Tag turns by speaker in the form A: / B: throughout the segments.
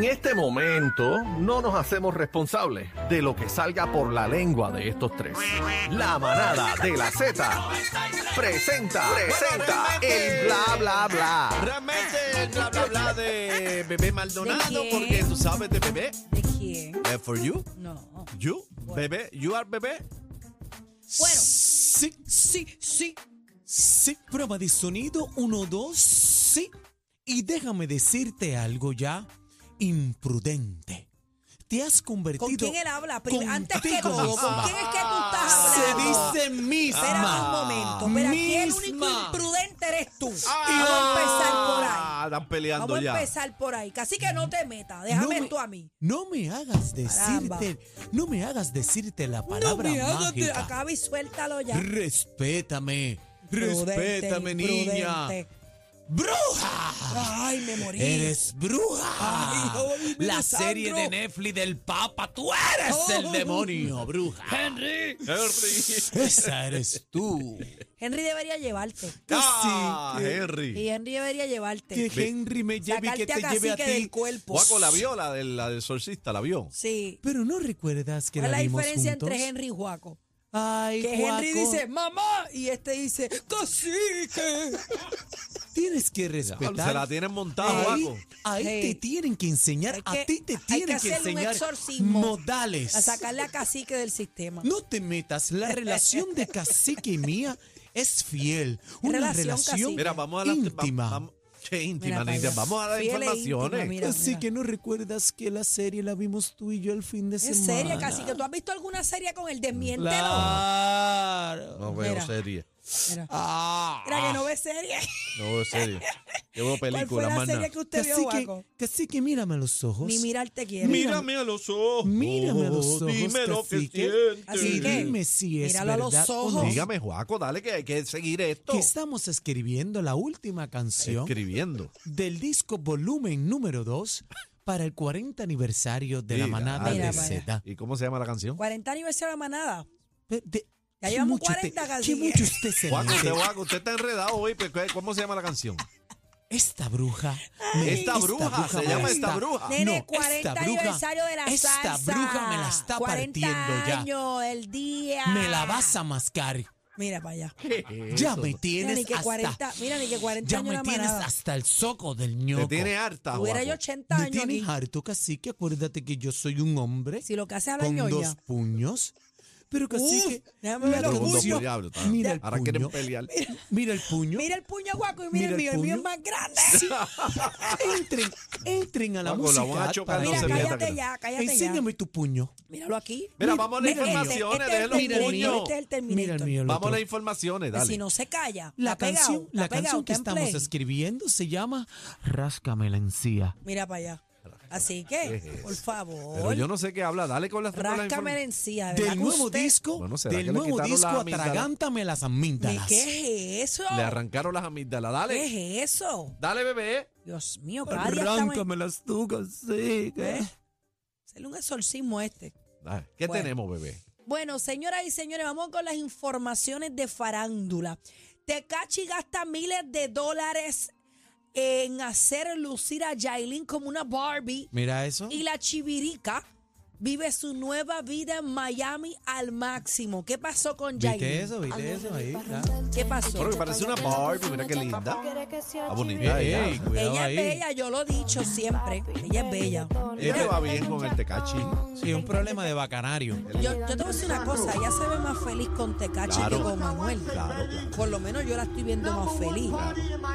A: En este momento no nos hacemos responsables de lo que salga por la lengua de estos tres. La manada de la Z presenta, presenta el bla bla bla.
B: Realmente el bla bla bla de bebé Maldonado,
C: ¿De quién?
B: porque tú sabes de bebé.
C: ¿De quién?
B: Eh, for you,
C: No.
B: you, bebé, you are bebé.
C: Bueno.
B: Sí,
C: Sí, sí.
D: Sí, prueba de sonido, uno, dos, sí. Y déjame decirte algo ya imprudente. Te has convertido...
C: ¿Con quién él habla? Prim- Antes que
D: contigo
C: todo, ¿con
D: misma.
C: quién es que tú estás hablando?
D: Ah, Se dice
C: Espérate Ah, un
D: misma.
C: momento. Pero aquí el único
D: Misma.
C: imprudente eres tú.
B: Ah, Están
C: Vamos a empezar por ahí.
B: peleando
C: Vamos a
B: ya.
C: empezar por ahí. Casi que no te metas. Déjame
D: No me-
C: esto a mí.
D: No me hagas
C: Caramba.
D: decirte... No me hagas decirte la palabra
C: de
D: mágica.
C: acaba y suéltalo ya.
D: Respétame.
C: Prudente,
D: Respétame, niña.
C: imprudente.
D: ¡Bruja!
C: Ay, me morí.
D: Eres bruja.
C: Ay, ay, mira,
D: la serie
C: Sandro.
D: de Netflix del Papa. Tú eres
C: Oh.
D: el demonio, bruja. Henry.
B: Henry.
D: Esa eres tú.
C: Henry debería llevarte.
B: Ah,
D: Sí, que-
B: Henry.
C: Y Henry debería llevarte.
D: Que Henry me lleve y
C: Sacarte
D: que te
C: a
D: lleve a
C: cacique del
D: ti.
C: cuerpo.
B: Guaco la vio, la del, la del solcista, la vio.
C: Sí.
D: Pero no recuerdas que
C: ¿Cuál
D: la,
C: es la
D: vimos
C: diferencia
D: juntos?
C: entre Henry y Juaco?
D: Ay,
C: Que
D: Juaco,
C: Henry dice, mamá, y este dice, cacique.
D: tienes que
B: Se
D: respetar.
B: la tienen montada,
D: Ahí,
B: Guaco.
D: ahí
C: Sí.
D: te tienen que enseñar,
C: Hay
D: a
C: que-
D: ti te
C: hay que
D: tienen que,
C: hacerle un
D: enseñar
C: exorcismo.
D: modales.
C: A sacarle a cacique del sistema.
D: No te metas, la relación de cacique y mía es fiel. Una
C: Relación
D: relación
C: cacique.
B: Mira, vamos a la
D: íntima.
B: va- va- che, íntima,
C: Mira para
B: niña,
C: allá.
B: Vamos a las
C: Fiel e
B: informaciones.
C: íntima, mira,
D: Así
C: mira.
D: que no recuerdas que la serie la vimos tú y yo el fin de
C: En
D: semana.
C: serio, cacique, ¿tú has visto alguna serie con el desmiéntelo?
D: Claro.
B: no veo
C: Mira.
B: serie.
C: Mira,
D: Ah.
C: mira que no ve serie.
B: No veo serie. Yo veo
C: ¿Cuál fue
B: películas,
C: la
B: más
C: serie
B: nada.
C: que usted vio,
D: Cacique,
C: Guaco?
D: cacique, mírame a los ojos.
C: Ni mirarte quiere.
B: Mírame a los ojos.
D: Mírame a los ojos,
B: Dime lo Oh, que
D: cacique.
B: sientes.
C: Así
D: Y
C: que,
D: dime si es
C: míralo a los
D: verdad o
C: ojos.
D: no.
B: Dígame, Juaco, dale que hay que seguir esto.
D: que estamos escribiendo la última canción
B: Escribiendo.
D: del disco volumen número 2 para el 40 aniversario de la
B: Mira,
D: manada
C: mira
D: de
C: para
D: Z.
B: ¿Y cómo se llama la canción?
C: 40 aniversario de la manada.
D: Pe- de-
C: Ya
D: qué
C: llevamos
D: mucho usted-
C: 40
D: Qué
C: cacique.
D: mucho usted se
B: Juaco, usted,
D: mete.
B: Juaco, usted está enredado hoy. pero ¿qué- ¿Cómo se llama la canción?
D: Esta bruja. me-
B: Esta bruja, se
D: me
B: llama
D: la
B: esta
D: está-
B: bruja.
C: Nene, 40 aniversario de la
D: esta
C: salsa.
D: bruja me la está
C: 40
D: partiendo ya.
C: años, el día.
D: Me la vas a mascar.
C: Mira para allá.
D: Ya me
C: Mira
D: tienes
C: ni que
D: hasta...
C: 40, mira ni que 40
D: ya
C: años
D: me
C: la
D: tienes
C: manada.
D: hasta el soco del
B: Te
D: ñoco.
B: tiene harta,
C: Tuviera yo
B: Juaco.
C: 80
D: Me
C: años aquí.
D: tienes harto, cacique. Acuérdate que yo soy un hombre
C: Si lo que hace es la
D: con
C: ñoña.
D: dos puños. Pero cacique...
C: déjame ver
D: mira
C: los
D: el
B: Con dos
C: puños.
B: diablos, está-
D: Mira el
B: Ahora quieren
D: puño.
B: pelear.
D: Mira el puño.
C: Mira el puño guaco y mira, el mío.
D: Mira
C: El
D: el
C: mío es
D: puño.
C: más grande.
D: Entren, entren a la
B: Paco, la
D: música.
B: van a chocar,
D: Atalia.
B: no
C: Mira,
B: se meta
C: cállate
B: que-
C: ya, cállate
D: Enséñame tu puño.
C: ya. Míralo aquí.
B: Mira, vamos a las
C: Mira, este-
B: informaciones,
C: este es el
B: déjelo,
C: Terminator,
B: puño.
C: Este es el
D: Mira el
C: Terminator.
D: mío. el
B: Vamos a
D: otro.
B: las informaciones,
C: Si
B: dale.
C: no se calla.
D: La
C: está pegado,
D: canción, la
C: está pegado,
D: canción que
C: está en
D: estamos
C: play.
D: escribiendo se llama Ráscame la encía.
C: Mira para allá. Así que, por
B: Pero
C: favor,
B: yo no sé qué habla. Dale con las con las
C: ráscame la
B: inform-
C: encía. de verdad
D: Del
C: que
D: nuevo
C: usted-
D: disco,
B: Bueno, ¿será que
D: del
B: le
D: nuevo
B: quitaron
D: disco
B: las amígdalas?
D: Atragántame las
C: ¿De
D: amígdalas.
C: ¿Qué es eso?
B: Le arrancaron las amígdalas. Dale.
C: ¿Qué es eso?
B: Dale, bebé.
C: Dios mío, cada día estamos... en-
D: Arráncame tú, cacique.
C: ¿Eh? Hacerle un exorcismo a este.
B: Dale. ¿Qué
C: Bueno.
B: tenemos, bebé?
C: Bueno, señoras y señores, vamos con las informaciones de farándula. Tecachi gasta miles de dólares en hacer lucir a Yailin como una Barbie
D: Mira eso.
C: y la chivirica vive su nueva vida en Miami al máximo. ¿Qué pasó con
D: ¿Viste
C: Yailin?
D: eso? ¿Viste eso? Ahí está.
C: ¿Qué pasó?
B: Bueno, que parece una Barbie. Mira qué linda. Está bonita
D: Ey,
B: ella.
D: ey, cuidado
C: Ella
D: ahí.
C: es bella, yo lo he dicho siempre. Ella es bella.
B: Ella le Este va bien con el tecachi.
D: Sí, un problema de bacanario.
C: Yo, yo te voy a decir una cosa, ella se ve más feliz con Tecachi
B: Claro.
C: que con Manuel.
B: Claro, claro.
C: Por lo menos yo la estoy viendo más feliz.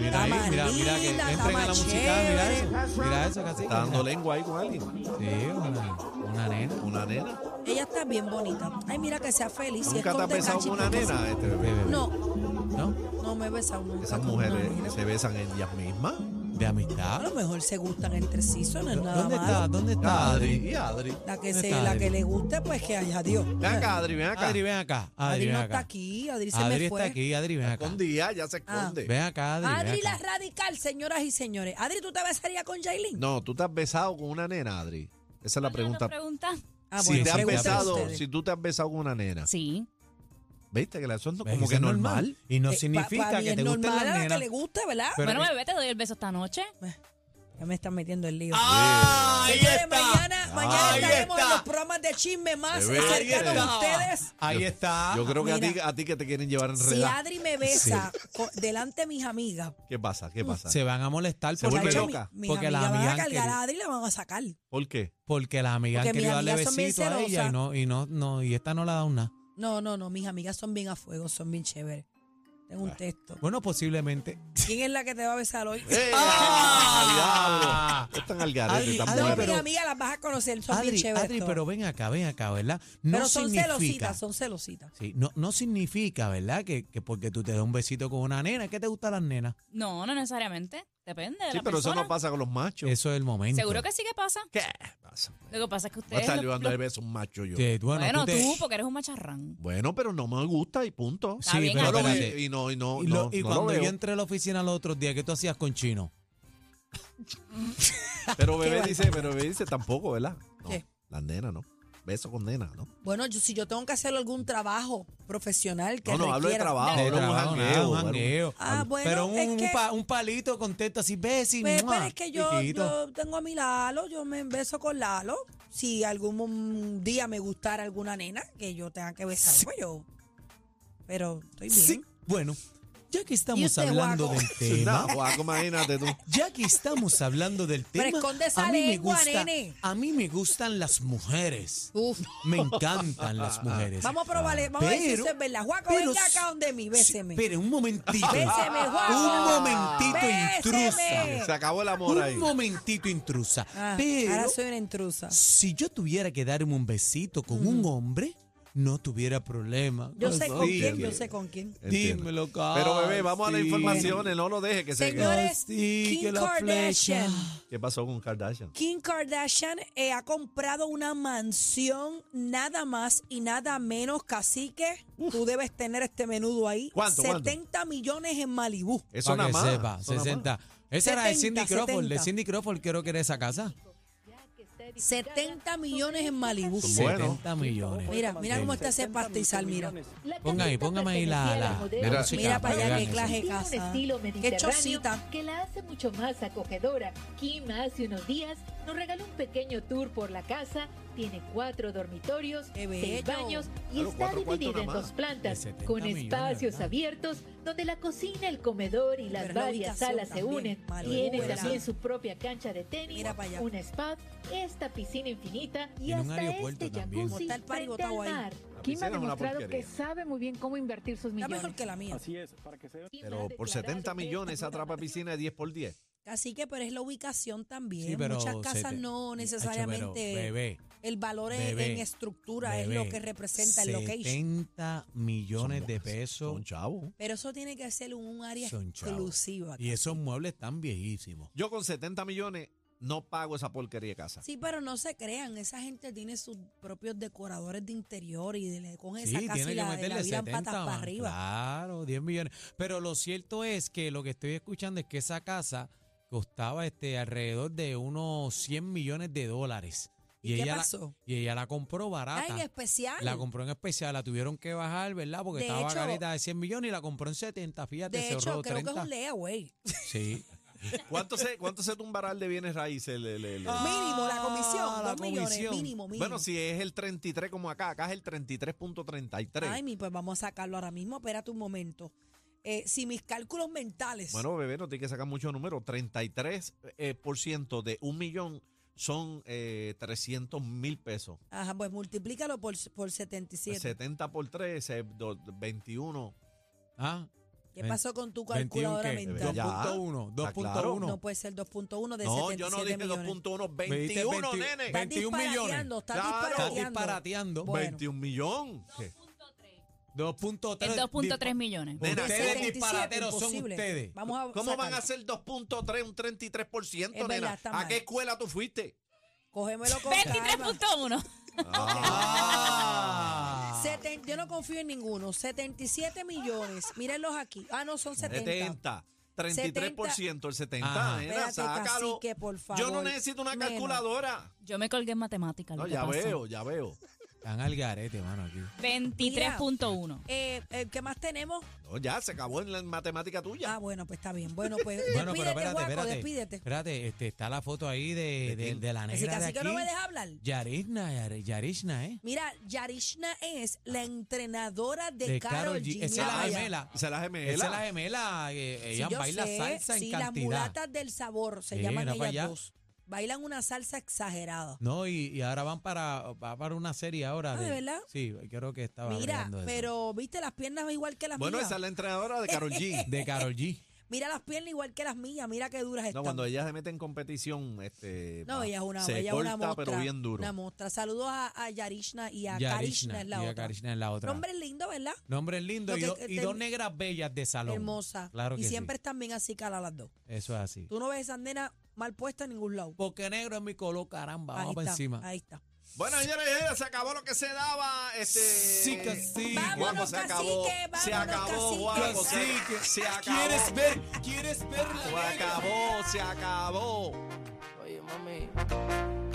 D: Mira ahí,
C: más
D: mira, mira, que
C: linda,
D: entren
C: está
D: a la
C: más
D: musical,
C: chévere.
D: mira eso. Mira eso, cacique.
B: Está dando lengua ahí con alguien.
D: Sí, una, una nena.
B: Una nena.
C: Ella está bien bonita. Ay, mira que sea feliz. Si es
B: ¿Nunca te
C: con
B: has besado
C: Tecachi,
B: con
C: pues,
B: una
C: porque
B: nena, este
D: Bebé,
B: bebé?
D: bebé.
C: sí. No,
D: ¿No?
C: no me he besado nunca.
B: Esas
C: con
B: mujeres
C: una nena.
B: se besan ellas mismas.
D: De amistad.
C: A lo mejor se gustan entre sí, eso no es nada
D: ¿Dónde
C: malo.
D: está? ¿Dónde está
B: Adri,
D: Adri?
B: y Adri.
C: La que,
D: ¿Dónde
C: se,
D: está
C: la que
D: Adri?
C: le guste, pues que haya Dios.
B: Ven acá, Adri, ven acá.
D: Adri, ven acá. Adri,
C: Adri
D: ven
C: no
D: acá.
C: está aquí, Adri se
D: Adri
C: me
D: está
C: fue.
D: aquí, Adri, ven acá.
B: Escondida, ya se
C: Ah.
B: esconde.
D: Ven acá, Adri.
C: Adri
D: ven
C: la
D: acá. Pues
C: radical, señoras y señores. Adri, ¿tú te besarías con Jailin?
B: No, tú te has besado con una nena, Adri. Esa es la pregunta.
C: Ah,
D: Sí,
B: Si te has
C: pregúntenle
B: besado,
C: ustedes.
B: si tú te has besado con una nena.
E: Sí.
B: ¿Viste que la son
D: Ven,
B: como
D: eso
B: que normal?
D: Y no
C: Eh, pa-
D: significa
C: pa' mí
D: que
C: es
D: te gusten
C: normal
D: las
C: a la que
D: nenas.
B: eh,
C: le guste, ¿verdad?
D: Pero-
E: bueno, bebé, te doy el beso esta noche.
C: Ya me están metiendo el lío.
B: Ahí
C: Señores,
B: está.
C: mañana, mañana
B: Ahí
C: estaremos en
B: está.
C: los programas de chisme más
B: Bebé, ahí
C: cercanos de
B: está.
C: ustedes.
D: Ahí está.
B: Yo creo que a
C: Mira.
B: ti, a ti que te quieren llevar en
C: Si
B: realidad.
C: Adri me besa co- delante de mis amigas,
B: ¿Qué pasa? ¿Qué pasa?
D: se van a molestar
B: Se vuelve
D: porque,
C: chacho,
B: loca.
C: mi- mis
D: porque
C: amigas
D: la
C: van
D: amiga
C: a
D: han
C: cargar
D: querido-
C: a Adri y la van a sacar.
B: ¿Por qué?
D: porque la amiga han
C: Porque mis
D: querido darle
C: amigas son bien
D: besito a ella
C: celosas.
D: y no, y no, no, y esta no le ha dado nada.
C: No, no, no, mis amigas son bien a fuego, son bien chéveres. Tengo
D: Ah.
C: un texto.
D: Bueno, posiblemente.
C: ¿Quién es la que te va a besar hoy?
B: ¡Eh!
D: Ah.
B: ¡Ah, diablo! Están al garete,
D: Adri,
B: están
D: Adri,
C: No,
D: bueno.
C: mis
D: pero-
C: amigas las vas a conocer, son bien
D: Adri,
C: chéveres.
D: Adri,
C: todas.
D: pero ven acá, ven acá, ¿verdad? No
C: Pero son
D: significa,
C: celositas, son celositas.
D: sí, no, no significa, ¿verdad? Que, que porque tú te das un besito con una nena, ¿qué te gustan las nenas?
E: No, no necesariamente. Depende de
B: Sí,
E: la
B: pero eso
E: persona.
B: no pasa con los machos.
D: Eso es el momento.
E: Seguro que sí que pasa.
B: ¿Qué pasa?
E: Lo que pasa es que
B: Voy a
E: ustedes...
B: estar
E: lo-
B: llevando
E: lo-
B: de beso a un macho yo.
D: Sí, bueno,
E: bueno,
D: tú te-
E: tú, porque eres un macharrán.
B: Bueno, pero no me gusta y punto.
E: Está
D: Sí,
E: bien,
B: No
D: pero
B: lo veo
D: espérate.
B: y no, y no,
D: Y, lo-
B: no-
D: y
B: no lo
D: cuando
B: veo.
D: yo entré a la oficina los otros días, ¿qué tú hacías con Chino?
B: Pero bebé dice, pero bebé dice tampoco, ¿verdad? No,
C: ¿Qué?
B: las nenas no. Beso con nena, ¿no?
C: Bueno, yo, si yo tengo que hacer algún trabajo profesional que
B: No, Ah, no, hablo de
C: requiera-
B: trabajo.
D: De
B: era un
D: trabajo, nada,
B: jangueo,
D: un
B: era un-
D: jangueo.
C: Ah, bueno,
D: pero un,
C: es
D: un
C: que-
D: pa- un palito contento así, ah, besi,
C: Pues,
D: mua,
C: pero es que yo,
D: piquito.
C: yo tengo a mi Lalo, yo me beso con Lalo. Si algún mom- día me gustara alguna nena que yo tenga que besar, pues yo. Pero estoy bien.
D: Sí, bueno, ya que
C: ¿Y
D: estamos
C: usted,
D: hablando
C: guaco?
D: del tema,
B: No, guaco, pues, ah, imagínate tú.
D: ya que estamos hablando del
C: Pero
D: tema,
C: esconde esa
D: a mí me
C: lengua,
D: gusta,
C: nene.
D: a mí me gustan las mujeres.
C: Uf.
D: Me encantan las mujeres.
C: Vamos a probar, vamos a ver si
D: Pero-
C: eso es verdad. Juaco,
D: pero
C: venga
D: s-
C: acá donde mí, béseme.
D: Espere, un momentito.
C: Béseme, Juaco.
D: Un momentito,
C: Béseme.
B: Se
D: intrusa.
B: acabó el amor ahí.
D: Un momentito, intrusa.
C: Ah,
D: Pero
C: ahora soy una intrusa.
D: si yo tuviera que darme un besito con un hombre, no tuviera problema.
C: Mm. Yo sé con
D: Consigue.
C: quién, yo sé con quién.
D: Dímelo,
B: Pero bebé, vamos a las
D: Casi.
B: informaciones, no lo deje que se
C: Señores,
D: Sí, que
C: Kim
D: la flecha.
C: Kardashian.
B: ¿Qué pasó con Kardashian?
C: Kim Kardashian eh, ha comprado una mansión nada más y nada menos, cacique. Tú debes tener este menudo ahí.
B: ¿Cuánto, cuánto?
C: 70 millones en Malibú.
B: Eso
D: Para
B: nada
D: que
B: más.
D: sepa,
B: eso nada más.
D: 60. Esa era de
C: 70,
D: Cindy Crawford. De
C: 70.
D: Cindy Crawford creo que era esa casa.
C: 70 millones en Malibú.
B: Sí. Bueno.
D: 70 millones.
C: Mira, mira cómo está ese pastizal, mira.
F: Ponga ahí, póngame ahí la, la, la
B: Mira,
F: música
C: mira para allá
D: que
F: que
C: clase
F: clase
C: de casa. Qué
F: Qué
C: chocita.
F: Que la hace mucho más acogedora. Kim hace unos días nos regaló un pequeño tour por la casa. Tiene cuatro dormitorios,
C: Qué
F: seis
C: bello.
F: baños y
B: Claro,
F: está
B: cuatro cuartos
F: dividida en
B: nada más.
F: dos plantas,
D: De 70
F: con
D: millones,
F: espacios
D: ¿verdad?
F: abiertos donde la cocina, el comedor y las
C: Pero la
F: varias
C: ubicación
F: salas se
C: también,
F: unen.
C: María,
F: Tiene
C: buena.
F: también su propia cancha de tenis,
C: Mira para allá.
F: un spa, esta piscina infinita y
D: Tiene un
F: hasta
D: aeropuerto
F: este
D: también.
F: jacuzzi
C: Está el party
F: frente al
C: botado ahí.
F: mar.
B: La
G: Kim
B: piscina
G: ha
B: es una
G: demostrado que
B: porquería.
G: sabe muy bien cómo invertir sus
C: Está
G: millones.
C: mejor que la mía.
G: Así es, para que se den
B: Pero por 70 millones atrapa piscina de 10 por 10.
C: Cacique, pero es la ubicación también.
D: Sí, pero
C: Muchas
D: se
C: casas
D: te-
C: no
D: Hacho, pero,
C: necesariamente.
D: bebé,
C: el valor es
D: bebé,
C: en estructura es
D: bebé,
C: lo que representa el location.
D: 70 millones de
B: Son-
D: pesos.
B: Son chavos.
C: Pero eso tiene que ser un área
D: Son chavos.
C: exclusiva.
D: Y esos muebles están viejísimos.
B: Yo con 70 millones no pago esa porquería de casa.
C: Sí, pero no se crean, esa gente tiene sus propios decoradores de interior y le cogen
D: Sí,
C: esa casa
D: tiene
C: y
D: que
C: la, la
D: meterle
C: viran
D: 70
C: patas para
D: más.
C: arriba.
D: Claro, 10 millones. Pero lo cierto es que lo que estoy escuchando es que esa casa costaba este alrededor de unos 100 millones de dólares.
C: ¿Y, qué
D: ella
C: pasó?
D: La, y ella la compró barata.
C: Ah, en especial.
D: La compró en especial, la tuvieron que bajar, ¿verdad? Porque
C: De
D: estaba
C: hecho-
D: careta de 100 millones y la compró en 70, fíjate,
C: de
D: cerró
C: hecho, creo
D: 30.
C: que es un layaway.
D: Sí.
B: ¿Cuánto se, cuánto se tumbará el de bienes raíces? Le- le- le-
C: mínimo la comisión,
D: Ah, la
C: dos millones,
D: comisión.
C: Ah, mínimo, mínimo.
B: Bueno, si es el 33 como acá, acá es el 33.33.
C: Ay, mi, pues vamos a sacarlo ahora mismo, espérate un momento. Eh, si mis cálculos mentales.
B: Bueno, bebé, no tiene que sacar mucho número. 33% eh, por ciento de un millón son eh, 300 mil pesos.
C: ajá, pues multiplícalo por, por 77.
B: 70 por eh, 3 es 21.
D: Ah,
C: ¿Qué
D: Ven-
C: pasó con tu
D: 21
C: calculadora
D: qué?
C: mental?
B: Ya,
D: 2.1,
B: está
D: 2.1.
C: No puede ser 2.1 de
B: No,
C: 77
B: yo no dije
C: millones.
B: 2.1,
D: Me dijiste
B: 21,
D: 20,
B: nene.
C: Estás
D: 21 millones.
C: disparateando, estás
B: Claro.
D: Estás
C: disparateando.
D: disparateando.
C: Bueno.
B: 21 millón.
E: Es
D: 2.3.
E: 2.3 millones.
B: Nena,
D: Ustedes
B: ¿cómo-
C: 77,
D: disparateros son
C: imposible.
D: ustedes.
C: Vamos a
B: ¿Cómo van
C: sacarlo.
B: a ser 2.3, un 33%,
C: Es verdad,
B: nena?
C: está mal.
B: ¿A qué escuela tú fuiste?
C: Cógémelo con calma.
E: 23.1.
D: Ah.
C: Seten- yo no confío en ninguno. 77 millones. Mírenlos aquí. Ah, no, son 70.
B: 70. 33%, el 70,
D: Ajá.
B: nena,
C: Espérate,
B: sácalo.
C: cacique, por favor.
B: Yo no necesito una
C: Menos.
B: calculadora.
E: Yo me colgué en matemáticas. lo
B: No,
E: que
B: ya
E: pasa.
B: veo, ya veo.
D: Están al garete, mano, aquí.
E: 23.1.
C: Eh, eh, ¿Qué más tenemos?
B: No, ya, se acabó en la matemática tuya.
C: Ah, bueno, pues está bien. Bueno, pues
D: Bueno, pero
C: despídete,
D: espérate,
C: Guaco,
D: espérate.
C: despídete.
D: Espérate, este, está la foto ahí de,
B: ¿De
D: de,
B: quién?
D: de la
C: Así que
D: negra de
C: así
D: aquí.
C: que no me deja hablar.
D: Yarishna, Yar- Yarishna, ¿eh?
C: Mira, Yarishna es la entrenadora de,
D: Karol
C: Carol
D: G.
C: G.
D: Esa
C: Mira,
D: es la
C: vaya.
D: gemela.
B: Esa es la gemela.
D: Esa es la gemela. eh,
C: Sí,
D: ella
C: yo
D: baila
C: sé,
D: salsa en
C: sí, las
D: cantidad.
C: mulatas del sabor se
D: Sí,
C: llaman
D: mira para
C: ellas
D: allá.
C: dos. Bailan una salsa exagerada.
D: No, y, y ahora van para, va para una serie ahora.
C: Ah, ¿de verdad?
D: Sí, creo que estaba
C: Mira,
D: hablando de eso.
C: pero viste las piernas igual que las
B: Bueno,
C: mías.
B: esa es la entrenadora de Carol G.
D: De Carol G.
C: Mira las piernas igual que las mías. Mira qué duras
B: No,
C: están.
B: cuando ella se mete en competición, este.
C: No,
B: va,
C: ella es una,
B: se
C: ella es
B: corta,
C: una mostra.
B: pero bien duro.
C: Una mostra. Saludos a, a Yarishna y a Karishna es la
D: y a
C: otra.
D: Karishna es la otra.
C: Nombre lindo, ¿verdad?
D: Nombres lindos
C: Lo
D: y,
C: que-
D: do-
C: que
D: y
C: te-
D: dos negras bellas de salón.
C: Hermosa.
D: Claro que
C: y siempre
D: sí.
C: están bien así calas las dos.
D: Eso es así.
C: Tú no ves esas nenas mal puestas en ningún lado.
D: Porque negro es mi color, caramba.
C: ahí
D: Vamos para
C: está,
D: encima.
C: ahí está.
B: Bueno, señores, ya se acabó lo que se daba. Este...
D: Sí, cacique.
B: Guapo,
C: Vámonos,
B: se acabó.
C: cacique,
B: se
C: vámonos,
B: acabó,
C: cacique.
B: guapo, se,
D: Cacique.
B: se acabó.
D: ¿Quieres ver? ¿Quieres ver?
B: Se acabó, se acabó.
H: Oye, mami,